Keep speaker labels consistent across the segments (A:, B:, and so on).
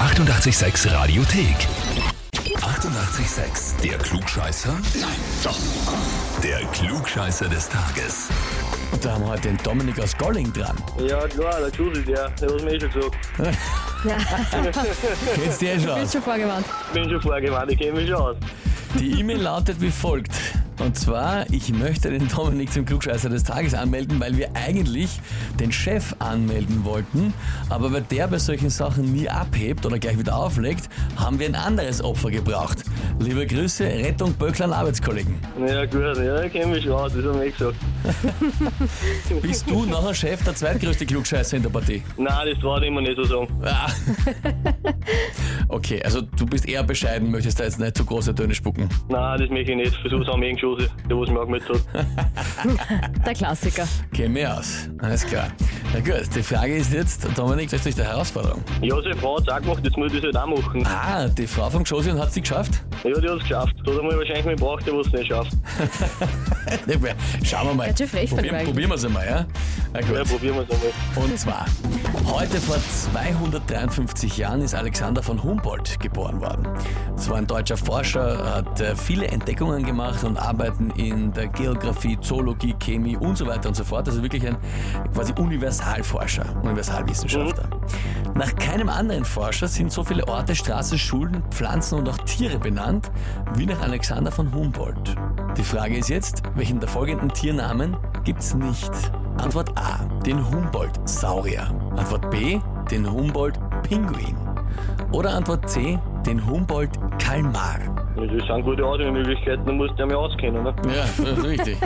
A: 886 Radiothek. 88,6. Der Klugscheißer? Nein, doch. Der Klugscheißer des Tages.
B: Da haben wir heute den Dominik aus Golling dran.
C: Ja, klar, der Schusel, der, der hat mir eh schon gesagt.
D: Ja,
B: Kennst du eh schon
D: du bist
B: aus?
D: schon vorgewarnt.
C: Bin schon vorgewarnt, ich kenne mich schon aus.
B: Die E-Mail lautet wie folgt. Und zwar, ich möchte den Dominik zum Klugscheißer des Tages anmelden, weil wir eigentlich den Chef anmelden wollten. Aber weil der bei solchen Sachen nie abhebt oder gleich wieder auflegt, haben wir ein anderes Opfer gebraucht. Liebe Grüße, Rettung Böckler an Arbeitskollegen.
C: Ja, gut, ja, ich kenne mich schon aus, das haben wir gesagt.
B: Bist du nachher Chef der zweitgrößte Klugscheißer in der Partie?
C: Nein, das traut ich mir nicht so sagen.
B: Ah. Okay, also du bist eher bescheiden, möchtest da jetzt nicht zu große Töne spucken.
C: Nein, das möchte ich nicht. Versuch's haben wegen Schusel, der was mir auch mit hat.
D: Der Klassiker.
B: Gehen wir aus. Alles klar. Na gut, die Frage ist jetzt, Dominik, das ist durch die Herausforderung.
C: Ja, seine Frau hat's auch gemacht, jetzt muss ich das halt auch machen.
B: Ah, die Frau von Josian hat sie geschafft?
C: Ja, die hat's geschafft. Da hat einmal wahrscheinlich mehr braucht, der was nicht schafft.
B: Nicht mehr. Schauen wir mal.
D: Hat schon frech
B: probieren,
D: verweigert.
B: probieren wir es einmal, ja? Na
C: Ja,
B: gut.
C: probieren wir's einmal.
B: Und zwar, heute vor 253 Jahren ist Alexander von Humboldt geboren worden. Das war ein deutscher Forscher, hat äh, viele Entdeckungen gemacht und Arbeiten in der Geografie, Zoologie, Chemie und so weiter und so fort. Also wirklich ein quasi Universalforscher, Universalwissenschaftler. Nach keinem anderen Forscher sind so viele Orte, Straßen, Schulen, Pflanzen und auch Tiere benannt wie nach Alexander von Humboldt. Die Frage ist jetzt, welchen der folgenden Tiernamen gibt's nicht? Antwort A, den Humboldt-Saurier. Antwort B, den Humboldt-Pinguin. Oder Antwort C, den Humboldt-Kalmar.
C: Ja, das sind gute Auswahlmöglichkeiten, da musst du ja mal auskennen, ne?
B: Ja, richtig.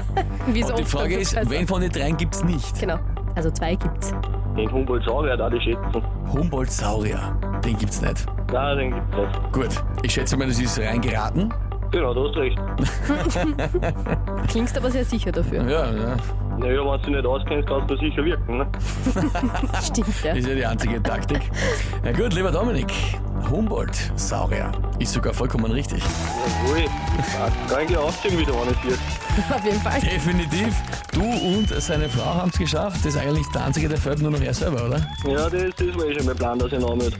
D: Wie so
B: Und die
D: oft
B: Frage
D: beim
B: ist,
D: Klugscheißer.
B: wen von den dreien gibt's nicht?
D: Genau. Also zwei gibt's.
C: Den Humboldt Sauer hat auch die Schätzen.
B: Humboldt-Saurier, den gibt's nicht.
C: Nein, den gibt's nicht.
B: Gut, ich schätze mal, das ist reingeraten.
C: Genau, da hast du recht.
D: Klingst aber sehr sicher dafür.
B: Ja, ja.
C: Naja, wenn du nicht auskennst, kannst du sicher wirken, ne?
D: Stimmt, ja.
B: Ist ja die einzige Taktik. Na gut, lieber Dominik, Humboldt-Saurier ist sogar vollkommen richtig.
C: Jawohl. Ja, Danke, aufziehen wieder, wenn es wird.
D: Auf jeden Fall.
B: Definitiv. Du und seine Frau haben es geschafft. Das ist eigentlich der einzige, der fällt nur noch er selber, oder?
C: Ja, das, das war eh schon mein Plan, dass ich noch mit.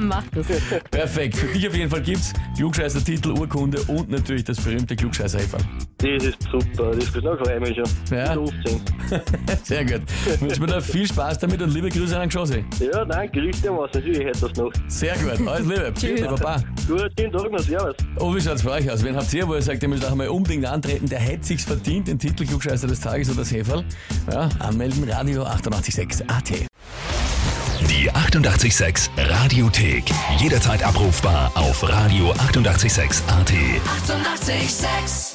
D: Macht das.
B: Perfekt. Für dich auf jeden Fall gibt's Klugscheißer Titel, Urkunde und natürlich das berühmte klugscheißer -Häferl.
C: Das ist super, das wird noch freuen mich schon.
B: Ja.
C: Das aufziehen.
B: Sehr gut. Ich wünsche mir da viel Spaß damit und liebe Grüße an den Josi.
C: Ja, danke, liegt dir was, natürlich hätte das noch.
B: Sehr gut. Alles Liebe.
D: Tschüss.
B: Baba.
C: Gut, vielen Dank noch, servus.
B: Oh, wie schaut's bei euch aus? Wen habt ihr, wo ihr sagt, ihr müsst auch mal unbedingt antreten, der hätte sich's verdient, den Titel Klugscheißer des Tages oder das Heferl? Ja, anmelden, Radio 886 AT.
A: Die 88,6 Radiothek. Jederzeit abrufbar auf radio886.at. 88,6.
E: Eighty-eight, sex.